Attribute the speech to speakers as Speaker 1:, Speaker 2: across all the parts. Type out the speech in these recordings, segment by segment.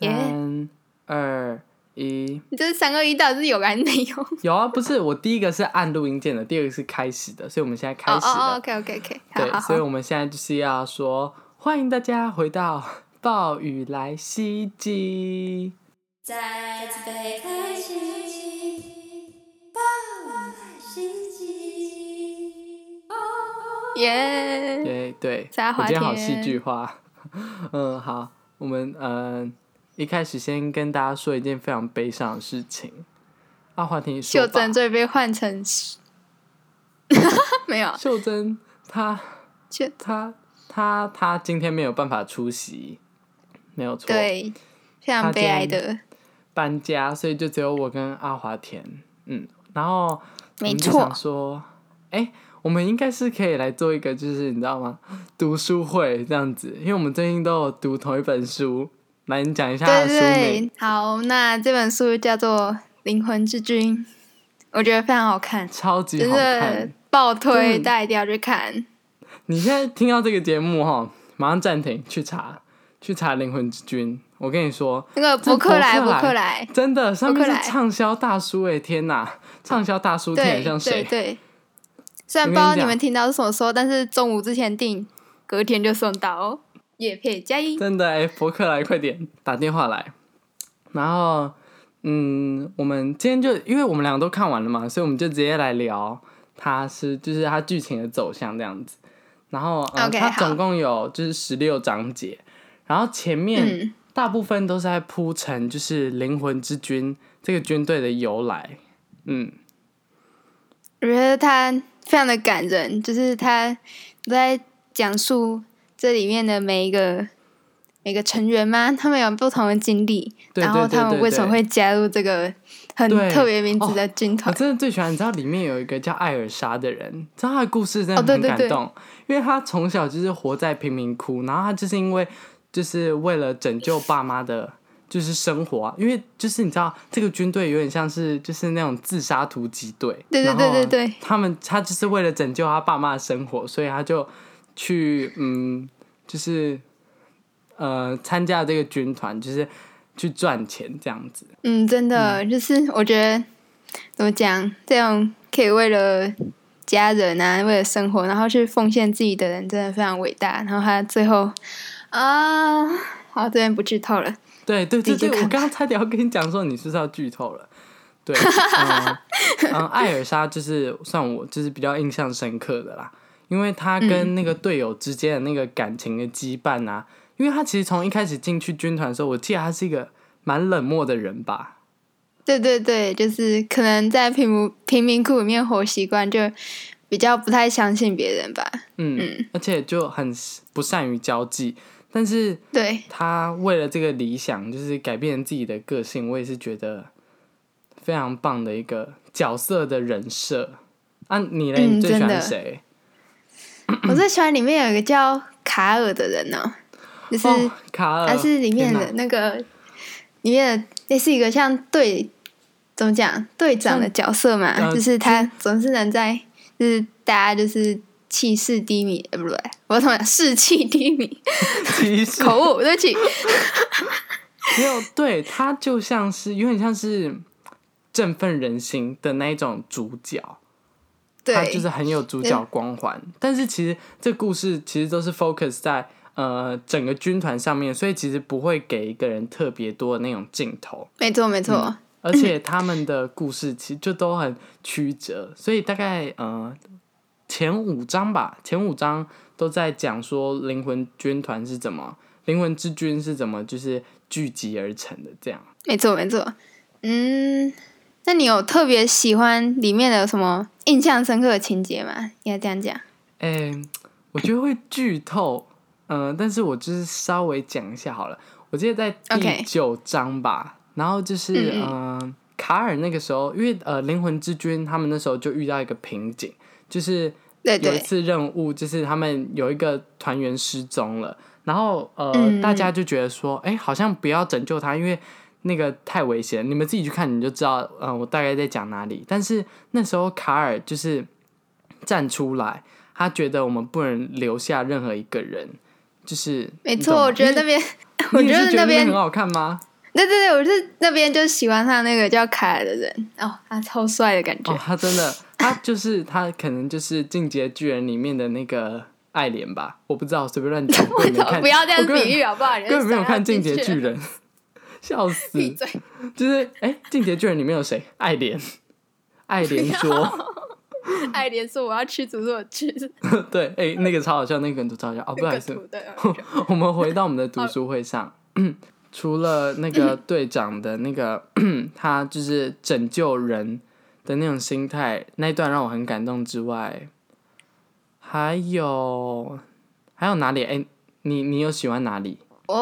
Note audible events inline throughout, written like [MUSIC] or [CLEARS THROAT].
Speaker 1: 耶
Speaker 2: 三二一，
Speaker 1: 你这三二一到底是有还是没有？
Speaker 2: 有啊，不是我第一个是按录音键的，第二个是开始的，所以我们现在开始
Speaker 1: 哦
Speaker 2: 了。
Speaker 1: ，OK OK OK，好
Speaker 2: 对，
Speaker 1: 好
Speaker 2: 所以
Speaker 1: 好，
Speaker 2: 我们现在就是要说，欢迎大家回到暴雨来袭击。
Speaker 3: 再次被开启，暴雨来袭击。
Speaker 1: 耶！
Speaker 2: 耶、对，
Speaker 1: 嗯撒
Speaker 2: 我
Speaker 1: 滑
Speaker 2: 今天好
Speaker 1: 天
Speaker 2: 戏剧化。 [LAUGHS] 嗯，好，我们嗯一开始先跟大家说一件非常悲伤的事情。阿华庭说
Speaker 1: 秀
Speaker 2: 吧，
Speaker 1: 珍最被换成， [LAUGHS] 没有啊，
Speaker 2: 秀珍，她
Speaker 1: 就
Speaker 2: 她她她今天没有办法出席，没有错，，
Speaker 1: 对，非常
Speaker 2: 他
Speaker 1: 悲
Speaker 2: 今
Speaker 1: 哀
Speaker 2: 天
Speaker 1: 的，
Speaker 2: 搬家，所以就只有我跟阿华田，嗯，然后我
Speaker 1: 没
Speaker 2: 们就
Speaker 1: 错
Speaker 2: 想说，哎、我们应该是可以来做一个，就是你知道吗？读书会这样子，因为我们最近都有读同一本书，来你讲一下它的
Speaker 1: 对
Speaker 2: 书名，
Speaker 1: 对，好，那这本书叫做《灵魂之君》，我觉得非常好看，
Speaker 2: 超级
Speaker 1: 真
Speaker 2: 好
Speaker 1: 的
Speaker 2: 看。
Speaker 1: 爆推，
Speaker 2: 嗯
Speaker 1: 大家一定要去看。
Speaker 2: 你现在听到这个节目哈，马上暂停去查，去查《灵魂之君》。我跟你说，
Speaker 1: 那个
Speaker 2: 这
Speaker 1: 伯克莱，
Speaker 2: 伯
Speaker 1: 伯
Speaker 2: 克
Speaker 1: 克
Speaker 2: 莱
Speaker 1: 莱，
Speaker 2: 真的上面
Speaker 1: 克莱
Speaker 2: 是畅销大叔哎、天哪，畅销大叔听起来
Speaker 1: 对
Speaker 2: 像
Speaker 1: 对
Speaker 2: 谁？
Speaker 1: 对，虽然
Speaker 2: 我
Speaker 1: 不
Speaker 2: 跟
Speaker 1: 知道
Speaker 2: 你
Speaker 1: 你们
Speaker 2: 讲
Speaker 1: 听到是什么时候，但是中午之前订，隔天就送到哦。叶配加一，
Speaker 2: [LAUGHS] 真的哎、博客来，快点打电话来。然后，嗯，我们今天就因为我们两个都看完了嘛，所以我们就直接来聊它是就是它剧情的走向这样子。然后，呃
Speaker 1: OK，
Speaker 2: 它
Speaker 1: 好
Speaker 2: 总共有就是十六章节，然后前面
Speaker 1: 嗯，
Speaker 2: 大部分都是在铺陈就是灵魂之军这个军队的由来。嗯，
Speaker 1: 我觉得他非常的感人，就是他在讲述这里面的每一个每个成员嘛，他们有不同的经历，
Speaker 2: 对
Speaker 1: 然后
Speaker 2: 对对
Speaker 1: 他们
Speaker 2: 对
Speaker 1: 为什么
Speaker 2: 对
Speaker 1: 会加入这个很
Speaker 2: 对
Speaker 1: 特别名字
Speaker 2: 哦
Speaker 1: 的军
Speaker 2: 我
Speaker 1: 团？
Speaker 2: 真的最喜欢，你知道里面有一个叫艾尔莎的人，你知道他的故事真的
Speaker 1: 哦对
Speaker 2: 很
Speaker 1: 对
Speaker 2: 感动，
Speaker 1: 对
Speaker 2: 因为他从小就是活在贫民窟，然后他就是因为就是为了拯救爸妈的，就是生活、啊，因为就是你知道这个军队有点像是就是那种自杀突击队，
Speaker 1: 对对
Speaker 2: 然
Speaker 1: 对
Speaker 2: 后
Speaker 1: 对对，
Speaker 2: 他们他就是为了拯救他爸妈的生活，所以他就去嗯，就是呃参加这个军团，就是去赚钱这样子。
Speaker 1: 嗯，真的、就是我觉得怎么讲，这种可以为了家人啊，为了生活，然后去奉献自己的人，真的非常伟大。然后他最后啊，好，这边不剧透了。
Speaker 2: 对对对
Speaker 1: 自己
Speaker 2: 对，
Speaker 1: 去
Speaker 2: 我
Speaker 1: 看
Speaker 2: 刚刚差点要跟你讲说，你是不是要剧透了？对，嗯，嗯艾尔莎就是算我就是比较印象深刻的啦，因为她跟那个队友之间的那个感情的羁绊啊，因为她其实从一开始进去军团的时候，我记得她是一个蛮冷漠的人吧，
Speaker 1: 对对对，就是可能在贫民贫民窟里面活习惯，就比较不太相信别人吧。
Speaker 2: 嗯，而且就很不善于交际，但是
Speaker 1: 对，
Speaker 2: 他为了这个理想，就是改变自己的个性，我也是觉得非常棒的一个角色的人设。啊，你嘞？
Speaker 1: 嗯
Speaker 2: 你最喜
Speaker 1: 真
Speaker 2: 欢
Speaker 1: 的
Speaker 2: 谁？
Speaker 1: 我最喜欢里面有一个叫卡尔的人呢、就是、
Speaker 2: 哦，卡尔，
Speaker 1: 他是里面
Speaker 2: 天哪
Speaker 1: 的那个里面的，那是一个像队怎么讲队长的角色嘛，
Speaker 2: 呃
Speaker 1: 就是他总是能在就是大家就是气势低迷，呃，不对，我怎么讲士气低迷？
Speaker 2: 骑士，
Speaker 1: 口误，对不起，
Speaker 2: [LAUGHS] 没有，对他就像是有点像是振奋人心的那一种主角，他
Speaker 1: 对，
Speaker 2: 就是很有主角光环。但是其实这故事其实都是 focus 在呃整个军团上面，所以其实不会给一个人特别多的那种镜头。
Speaker 1: 没错没错。
Speaker 2: 而且他们的故事其实就都很曲折，所以大概呃前五章吧，前五章都在讲说灵魂军团是怎么，灵魂之军是怎么就是聚集而成的这样。
Speaker 1: 没错，没错。嗯，那你有特别喜欢里面的什么印象深刻的情节吗？应该这样讲。
Speaker 2: 哎、我觉得会剧透，嗯、但是我就是稍微讲一下好了。我记得在第
Speaker 1: OK
Speaker 2: 九章吧然后就是
Speaker 1: 嗯
Speaker 2: 嗯、呃卡尔那个时候，因为呃灵魂之君他们那时候就遇到一个瓶颈，就是
Speaker 1: 对
Speaker 2: 有一
Speaker 1: 对
Speaker 2: 次任务，就是他们有一个团员失踪了，然后呃、
Speaker 1: 嗯
Speaker 2: 大家就觉得说，哎、好像不要拯救他，因为那个太危险。你们自己去看你就知道，嗯、我大概在讲哪里。但是那时候卡尔就是站出来，他觉得我们不能留下任何一个人，就是
Speaker 1: 没
Speaker 2: 你懂吗
Speaker 1: 错，我觉得
Speaker 2: 因为
Speaker 1: 那边 [LAUGHS]
Speaker 2: 因
Speaker 1: 我
Speaker 2: 你
Speaker 1: 觉
Speaker 2: 也是
Speaker 1: 得
Speaker 2: 觉
Speaker 1: 那
Speaker 2: 得
Speaker 1: 边
Speaker 2: 很好看
Speaker 1: [LAUGHS]
Speaker 2: 吗？
Speaker 1: 对对对，我是那边就喜欢上那个叫凯尔的人哦，他超帅的感觉，
Speaker 2: 哦，
Speaker 1: [LAUGHS]
Speaker 2: 他真的，他就是他，可能就是《进阶巨人》里面的那个爱莲吧，我不知道，随便乱
Speaker 1: [LAUGHS]
Speaker 2: 讲。我也没看，
Speaker 1: 不要这样
Speaker 2: 我根本
Speaker 1: 比喻好不好？根
Speaker 2: 根本没有看《进阶
Speaker 1: 阶
Speaker 2: 巨人》， [LAUGHS] 笑
Speaker 1: [LAUGHS]
Speaker 2: 死！
Speaker 1: 闭嘴！
Speaker 2: 就是哎，《进阶巨人》里面有谁？爱莲，爱莲说，
Speaker 1: 爱莲说我要吃竹子，我吃那
Speaker 2: [LAUGHS] 对，哎，那个超好笑，那个梗图超好笑哦，不好
Speaker 1: 个
Speaker 2: 意思，
Speaker 1: 土的。
Speaker 2: [LAUGHS] 我们回到我们的读书会上， [COUGHS] 除了那
Speaker 1: [LAUGHS]
Speaker 2: 个队长的那个他就是拯救人的那种心态那一段让我很感动之外，还有还有哪里？哎、你你有喜欢哪里？
Speaker 1: [LAUGHS] 我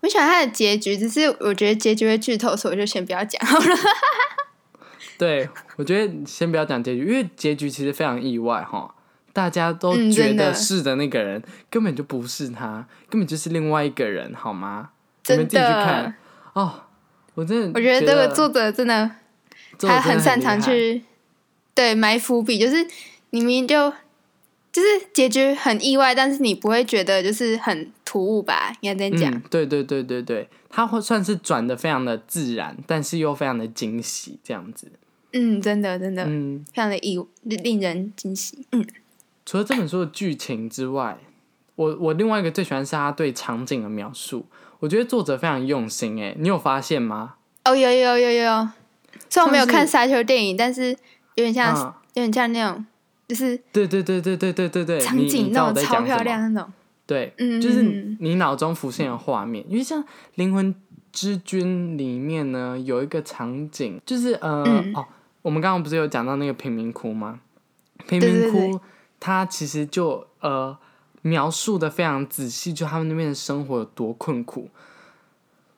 Speaker 1: 我喜欢他的结局，只是我觉得结局会剧透，所以我就先不要讲好了。
Speaker 2: 对我觉得先不要讲结局，因为结局其实非常意外哈。大家都
Speaker 1: 嗯
Speaker 2: 觉
Speaker 1: 真的
Speaker 2: 得是的那个人、根本就不是他，根本就是另外一个人，好吗？你们
Speaker 1: 真
Speaker 2: 自己去看
Speaker 1: 的，
Speaker 2: 哦。我真的
Speaker 1: 我觉得这个作者真的
Speaker 2: 作者
Speaker 1: 他
Speaker 2: 真的
Speaker 1: 很擅长
Speaker 2: 厉害
Speaker 1: 去对埋伏笔，就是你明明就就是结局很意外，但是你不会觉得就是很突兀吧？应该这样讲。
Speaker 2: 嗯。对对对对对，他会算是转的非常的自然，但是又非常的惊喜，这样子。
Speaker 1: 嗯真的真的，
Speaker 2: 嗯，
Speaker 1: 非常的意令人惊喜。嗯，
Speaker 2: 除了这本书的剧情之外，我我另外一个最喜欢是他对场景的描述，我觉得作者非常用心诶、你有发现吗？
Speaker 1: 哦有有有有有，虽然我没有
Speaker 2: 像是
Speaker 1: 看沙丘电影，但是有点像、
Speaker 2: 嗯
Speaker 1: 有点像那种就是
Speaker 2: 对对对对对对对对，
Speaker 1: 场
Speaker 2: 你你
Speaker 1: 景
Speaker 2: 知道
Speaker 1: 那
Speaker 2: 我在
Speaker 1: 种超
Speaker 2: 讲什
Speaker 1: 漂
Speaker 2: 么
Speaker 1: 亮那种。
Speaker 2: 对，
Speaker 1: 嗯
Speaker 2: 就是
Speaker 1: 嗯
Speaker 2: 你脑中浮现的画面，因为像《灵魂之君》里面呢，有一个场景，就是呃、
Speaker 1: 嗯
Speaker 2: 哦，我们刚刚不是有讲到那个贫民窟吗？贫民
Speaker 1: 对对
Speaker 2: 窟它其实就呃描述的非常仔细，就他们那边的生活有多困苦，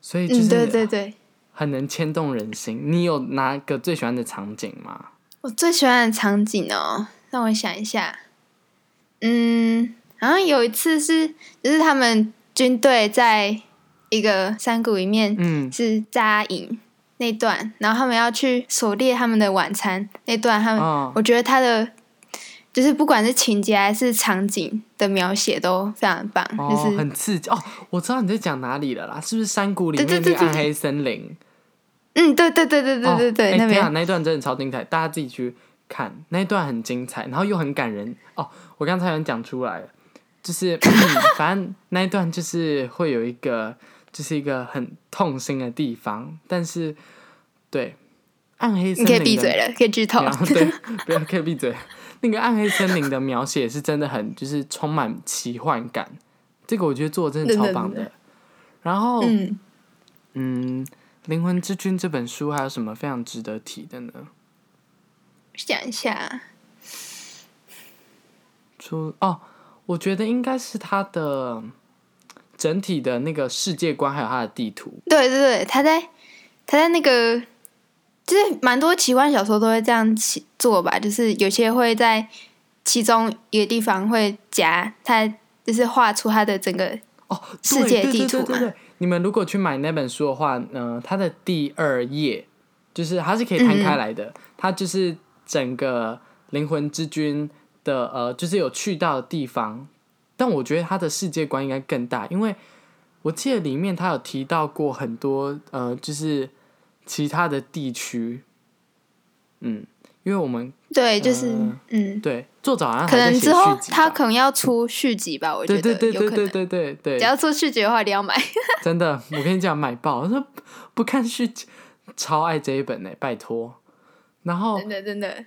Speaker 2: 所以就
Speaker 1: 嗯，对对
Speaker 2: 是
Speaker 1: 对，
Speaker 2: 很能牵动人心。你有哪个最喜欢的场景吗？
Speaker 1: 我最喜欢的场景哦，让我想一下。嗯，好像有一次是，就是他们军队在一个山谷里面
Speaker 2: 嗯，
Speaker 1: 是扎营那段，然后他们要去狩猎他们的晚餐那段，他们、
Speaker 2: 哦
Speaker 1: 我觉得他的就是不管是情节还是场景的描写都非常棒，
Speaker 2: 哦，
Speaker 1: 就是
Speaker 2: 很刺激哦！我知道你在讲哪里了啦，是不是山谷里
Speaker 1: 对
Speaker 2: 面
Speaker 1: 对
Speaker 2: 那
Speaker 1: 对
Speaker 2: 个暗
Speaker 1: 对
Speaker 2: 黑森林？
Speaker 1: 嗯，对对对对对对对，
Speaker 2: 哦哎
Speaker 1: 那
Speaker 2: 天
Speaker 1: 边
Speaker 2: 啊那一段真的超精彩，大家自己去看，那一段很精彩，然后又很感人哦。我刚才有讲出来了，
Speaker 1: [LAUGHS]
Speaker 2: 就是、嗯反正那一段就是会有一个，就是一个很痛心的地方，但是对暗黑
Speaker 1: 你
Speaker 2: 森
Speaker 1: 可
Speaker 2: 林的
Speaker 1: 以闭嘴了，可以剧透
Speaker 2: 描， [LAUGHS] 对，不要可以闭嘴。那个暗黑森林的描写是真的很，就是充满奇幻感，这个我觉得做的真的超
Speaker 1: 真的
Speaker 2: 棒
Speaker 1: 真的
Speaker 2: 的。然后，
Speaker 1: [LAUGHS] 嗯，
Speaker 2: 嗯，《灵魂之君》这本书还有什么非常值得提的呢？
Speaker 1: 想一下，
Speaker 2: 除哦，我觉得应该是它的整体的那个世界观，还有它的地图。
Speaker 1: 对对对，他在他在那个，就是蛮多奇幻小说都会这样起做吧，就是有些会在其中一个地方会夹，他就是画出他的整个，
Speaker 2: 哦，对
Speaker 1: 世界
Speaker 2: 对
Speaker 1: 地
Speaker 2: 对
Speaker 1: 图啊
Speaker 2: 对对对，你们如果去买那本书的话，嗯、它的第二页就是它是可以摊开来的，
Speaker 1: 嗯
Speaker 2: 它就是整个灵魂之君的呃，就是有去到的地方，但我觉得它的世界观应该更大，因为我记得里面它有提到过很多呃，就是其他的地区，嗯，因为我们
Speaker 1: 对，就是
Speaker 2: 嗯
Speaker 1: 嗯，
Speaker 2: 对作者好像还
Speaker 1: 可
Speaker 2: 在
Speaker 1: 能
Speaker 2: 写
Speaker 1: 之后
Speaker 2: 续集
Speaker 1: 他
Speaker 2: 吧
Speaker 1: 可能要出续集吧，我觉
Speaker 2: 对
Speaker 1: 得
Speaker 2: 对对
Speaker 1: 有
Speaker 2: 对
Speaker 1: 可
Speaker 2: 对哦
Speaker 1: 能。
Speaker 2: 对对对，
Speaker 1: 只要出续集的话，一定要买。
Speaker 2: 真的，我跟你讲，买爆！我说不不看续集，超爱这一本呢、拜托。然后
Speaker 1: 真，的真的，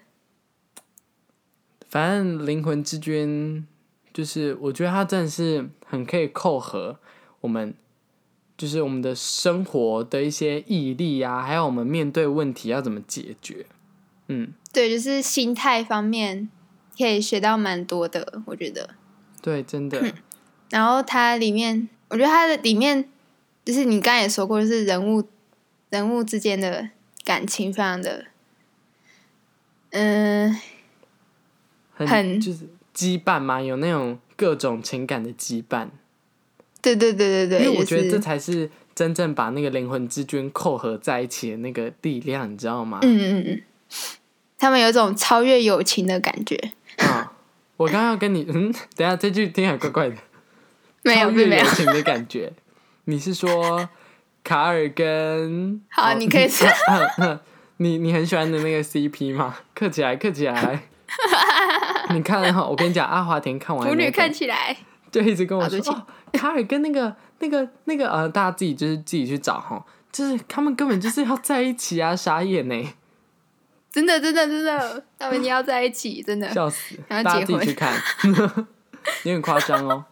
Speaker 2: 反正《灵魂之君》就是，我觉得它真的是很可以扣合我们，就是我们的生活的一些毅力啊，还有我们面对问题要怎么解决。嗯，
Speaker 1: 对，就是心态方面可以学到蛮多的，我觉得。
Speaker 2: 对，真
Speaker 1: 嗯
Speaker 2: 的，
Speaker 1: 然后它里面，我觉得它的里面就是你刚才也说过，就是人物人物之间的感情非常的，嗯、
Speaker 2: 很
Speaker 1: 很
Speaker 2: 就是羁绊嘛，有那种各种情感的羁绊。
Speaker 1: 对对对对对，
Speaker 2: 因为我觉得
Speaker 1: 就
Speaker 2: 这
Speaker 1: 是、
Speaker 2: 才是真正把那个灵魂之君扣合在一起的那个力量，你知道吗？
Speaker 1: 嗯嗯嗯，他们有一种超越友情的感觉，
Speaker 2: [LAUGHS] 啊，我刚刚要跟你，嗯，等一下这句听起来怪怪的。
Speaker 1: [LAUGHS] 没有
Speaker 2: 超越
Speaker 1: 并没有
Speaker 2: 友情的感觉。 [LAUGHS] 你是说卡尔跟？
Speaker 1: [LAUGHS] 好
Speaker 2: 哦
Speaker 1: 你可以说
Speaker 2: [LAUGHS] 你你很喜欢的那个 CP 吗？客起来，客起
Speaker 1: [LAUGHS]
Speaker 2: 来。你看哈，我跟你讲，阿华田看完
Speaker 1: 腐
Speaker 2: 那
Speaker 1: 女
Speaker 2: 个
Speaker 1: 看起来
Speaker 2: 就一直跟我
Speaker 1: 好
Speaker 2: 说
Speaker 1: 对不起
Speaker 2: 哦，卡尔跟那个那个那个呃，大家自己就是自己去找哈，就是他们根本就是要在一起啊，傻眼呢，
Speaker 1: 真的真的真的，他们一定要在一起，真的。
Speaker 2: 笑死！
Speaker 1: [LAUGHS] 然
Speaker 2: 大
Speaker 1: 后
Speaker 2: 家自
Speaker 1: 结
Speaker 2: 己
Speaker 1: 婚
Speaker 2: 去看， [LAUGHS] 有点夸张哦。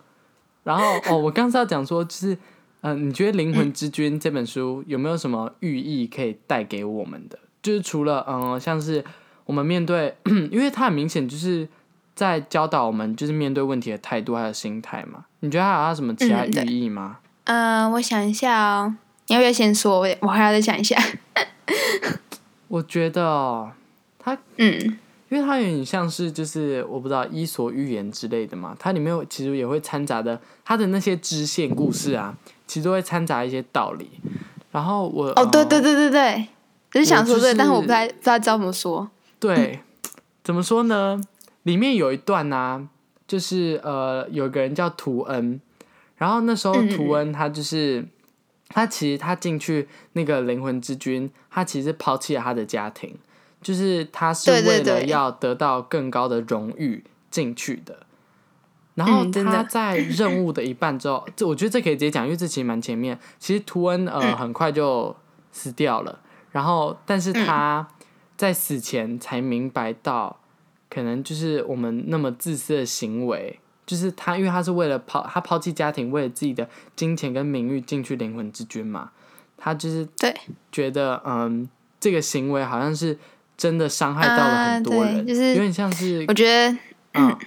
Speaker 2: 然后哦，我刚才要讲说，就是嗯、呃，你觉得《灵魂之君》这本书有没有什么寓意可以带给我们的？就是除了嗯、呃像是我们面对， [CLEARS THROAT] 因为它很明显就是在教导我们，就是面对问题的态度还有心态嘛。你觉得它有它什么其他
Speaker 1: 嗯对
Speaker 2: 寓意吗？
Speaker 1: 嗯，我想一下哦，你要不要先说？我我还要再想一下。
Speaker 2: 我觉得哦它，
Speaker 1: 嗯
Speaker 2: 因为它有点像是就是我不知道《伊索寓言》之类的嘛，它里面有其实也会掺杂的它的那些支线故事啊，其实都会掺杂一些道理。然后我
Speaker 1: 哦，对对
Speaker 2: 对
Speaker 1: 对对对，只是想说
Speaker 2: 我就
Speaker 1: 这
Speaker 2: 是
Speaker 1: 个，但是我不太不知道怎么说。
Speaker 2: 呃对，怎么说呢？里面有一段啊，就是呃，有个人叫图恩，然后那时候
Speaker 1: 嗯嗯嗯
Speaker 2: 图恩他就是、他其实他进去那个灵魂之君，他其实抛弃了他的家庭，就是他是
Speaker 1: 对对
Speaker 2: 为了
Speaker 1: 对
Speaker 2: 要得到更高的荣誉进去的。然后
Speaker 1: 嗯真的
Speaker 2: 他在任务的一半之后，这我觉得这可以直接讲，因为这其实蛮前面。其实图恩
Speaker 1: 嗯
Speaker 2: 呃很快就死掉了，然后但是
Speaker 1: 嗯
Speaker 2: 他在死前才明白到，可能就是我们那么自私的行为，就是他因为他是为了抛他抛弃家庭，为了自己的金钱跟名誉进去灵魂之君嘛，他就是
Speaker 1: 对
Speaker 2: 觉得嗯这个行为好像是真的伤害到了很多
Speaker 1: 啊
Speaker 2: 人，
Speaker 1: 对就是
Speaker 2: 有点像是
Speaker 1: 我觉得
Speaker 2: 嗯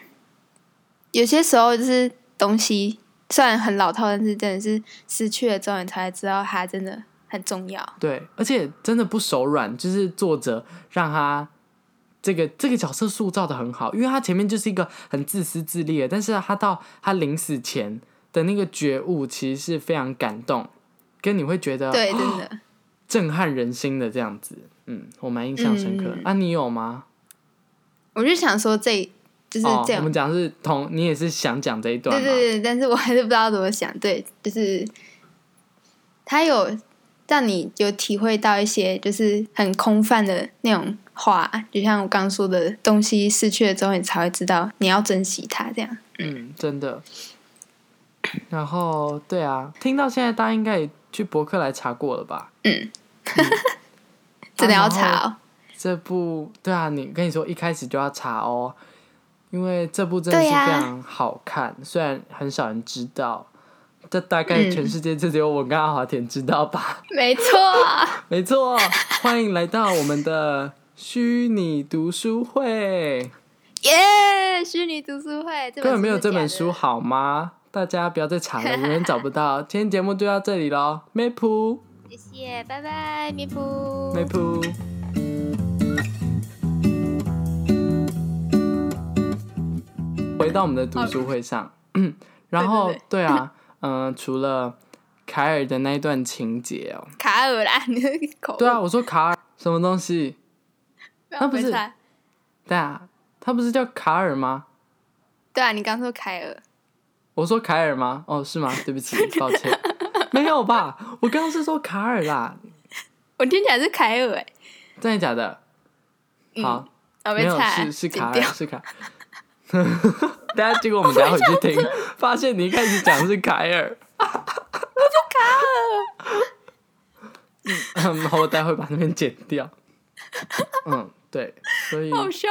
Speaker 1: 有些时候就是东西虽然很老套，但是真的是失去了之后，你才知道它真的很重要。
Speaker 2: 对，而且真的不手软，就是作者让他这个这个角色塑造的很好，因为他前面就是一个很自私自利的，但是他到他临死前的那个觉悟，其实是非常感动，跟你会觉得
Speaker 1: 对，
Speaker 2: 哦
Speaker 1: 真的。
Speaker 2: 震撼人心的这样子。嗯，我蛮印象深刻的。
Speaker 1: 嗯
Speaker 2: 啊，你有吗？
Speaker 1: 我就想说这就是
Speaker 2: 哦
Speaker 1: 这，
Speaker 2: 我
Speaker 1: 样
Speaker 2: 们讲的是同，你也是想讲这一段
Speaker 1: 对
Speaker 2: 吗？
Speaker 1: 对对，但是我还是不知道怎么想。对，就是他有让你有体会到一些就是很空泛的那种话，就像我刚说的，东西失去了之后，你才会知道你要珍惜它。这样，
Speaker 2: 嗯，真的。然后，对啊，听到现在大家应该也去博客来查过了吧？
Speaker 1: 嗯，真的要
Speaker 2: 啊然
Speaker 1: 查
Speaker 2: 后
Speaker 1: 哦。
Speaker 2: 这部对啊，你跟你说一开始就要查哦，因为这部真的是
Speaker 1: 对
Speaker 2: 非
Speaker 1: 啊
Speaker 2: 常好看，虽然很少人知道，这大概全世界就只有我跟阿华田知道吧。
Speaker 1: 没错，
Speaker 2: 没错，欢迎来到我们的虚拟读书会，
Speaker 1: 耶！虚拟读书会，
Speaker 2: 根本没有
Speaker 1: 这
Speaker 2: 这本书
Speaker 1: 好。
Speaker 2: 好吗？大家不要再查了，永远找不到。今天节目就到这里喽，梅普，
Speaker 1: 谢谢，拜拜，咪噗
Speaker 2: 梅普。回到我们的读书会上，然后
Speaker 1: 哦对对
Speaker 2: 对啊，嗯、除了凯尔的那一段情节哦，
Speaker 1: 卡尔啦，你的口误
Speaker 2: 对啊，，我说卡尔什么东西？
Speaker 1: 那
Speaker 2: 那不是对啊，他不是叫卡尔吗？
Speaker 1: 对啊，你刚说凯尔，
Speaker 2: 我说凯尔吗？哦，是
Speaker 1: [LAUGHS]
Speaker 2: 吗？对不起，抱歉，没有吧？我刚刚是说卡尔啦，
Speaker 1: 我听起来是凯尔哎、
Speaker 2: 真的假的？
Speaker 1: 嗯
Speaker 2: 好，
Speaker 1: 我
Speaker 2: 没
Speaker 1: 被
Speaker 2: 有
Speaker 1: 踩
Speaker 2: 是是
Speaker 1: 剪
Speaker 2: 卡尔
Speaker 1: 掉 [LAUGHS]
Speaker 2: 是卡尔。 [LAUGHS] 大家结果我们等一下回去听，发现你一开始讲的是凯尔。 [LAUGHS] 嗯，然后我待会把那边剪掉。嗯，对，所以
Speaker 1: [LAUGHS] 好笑。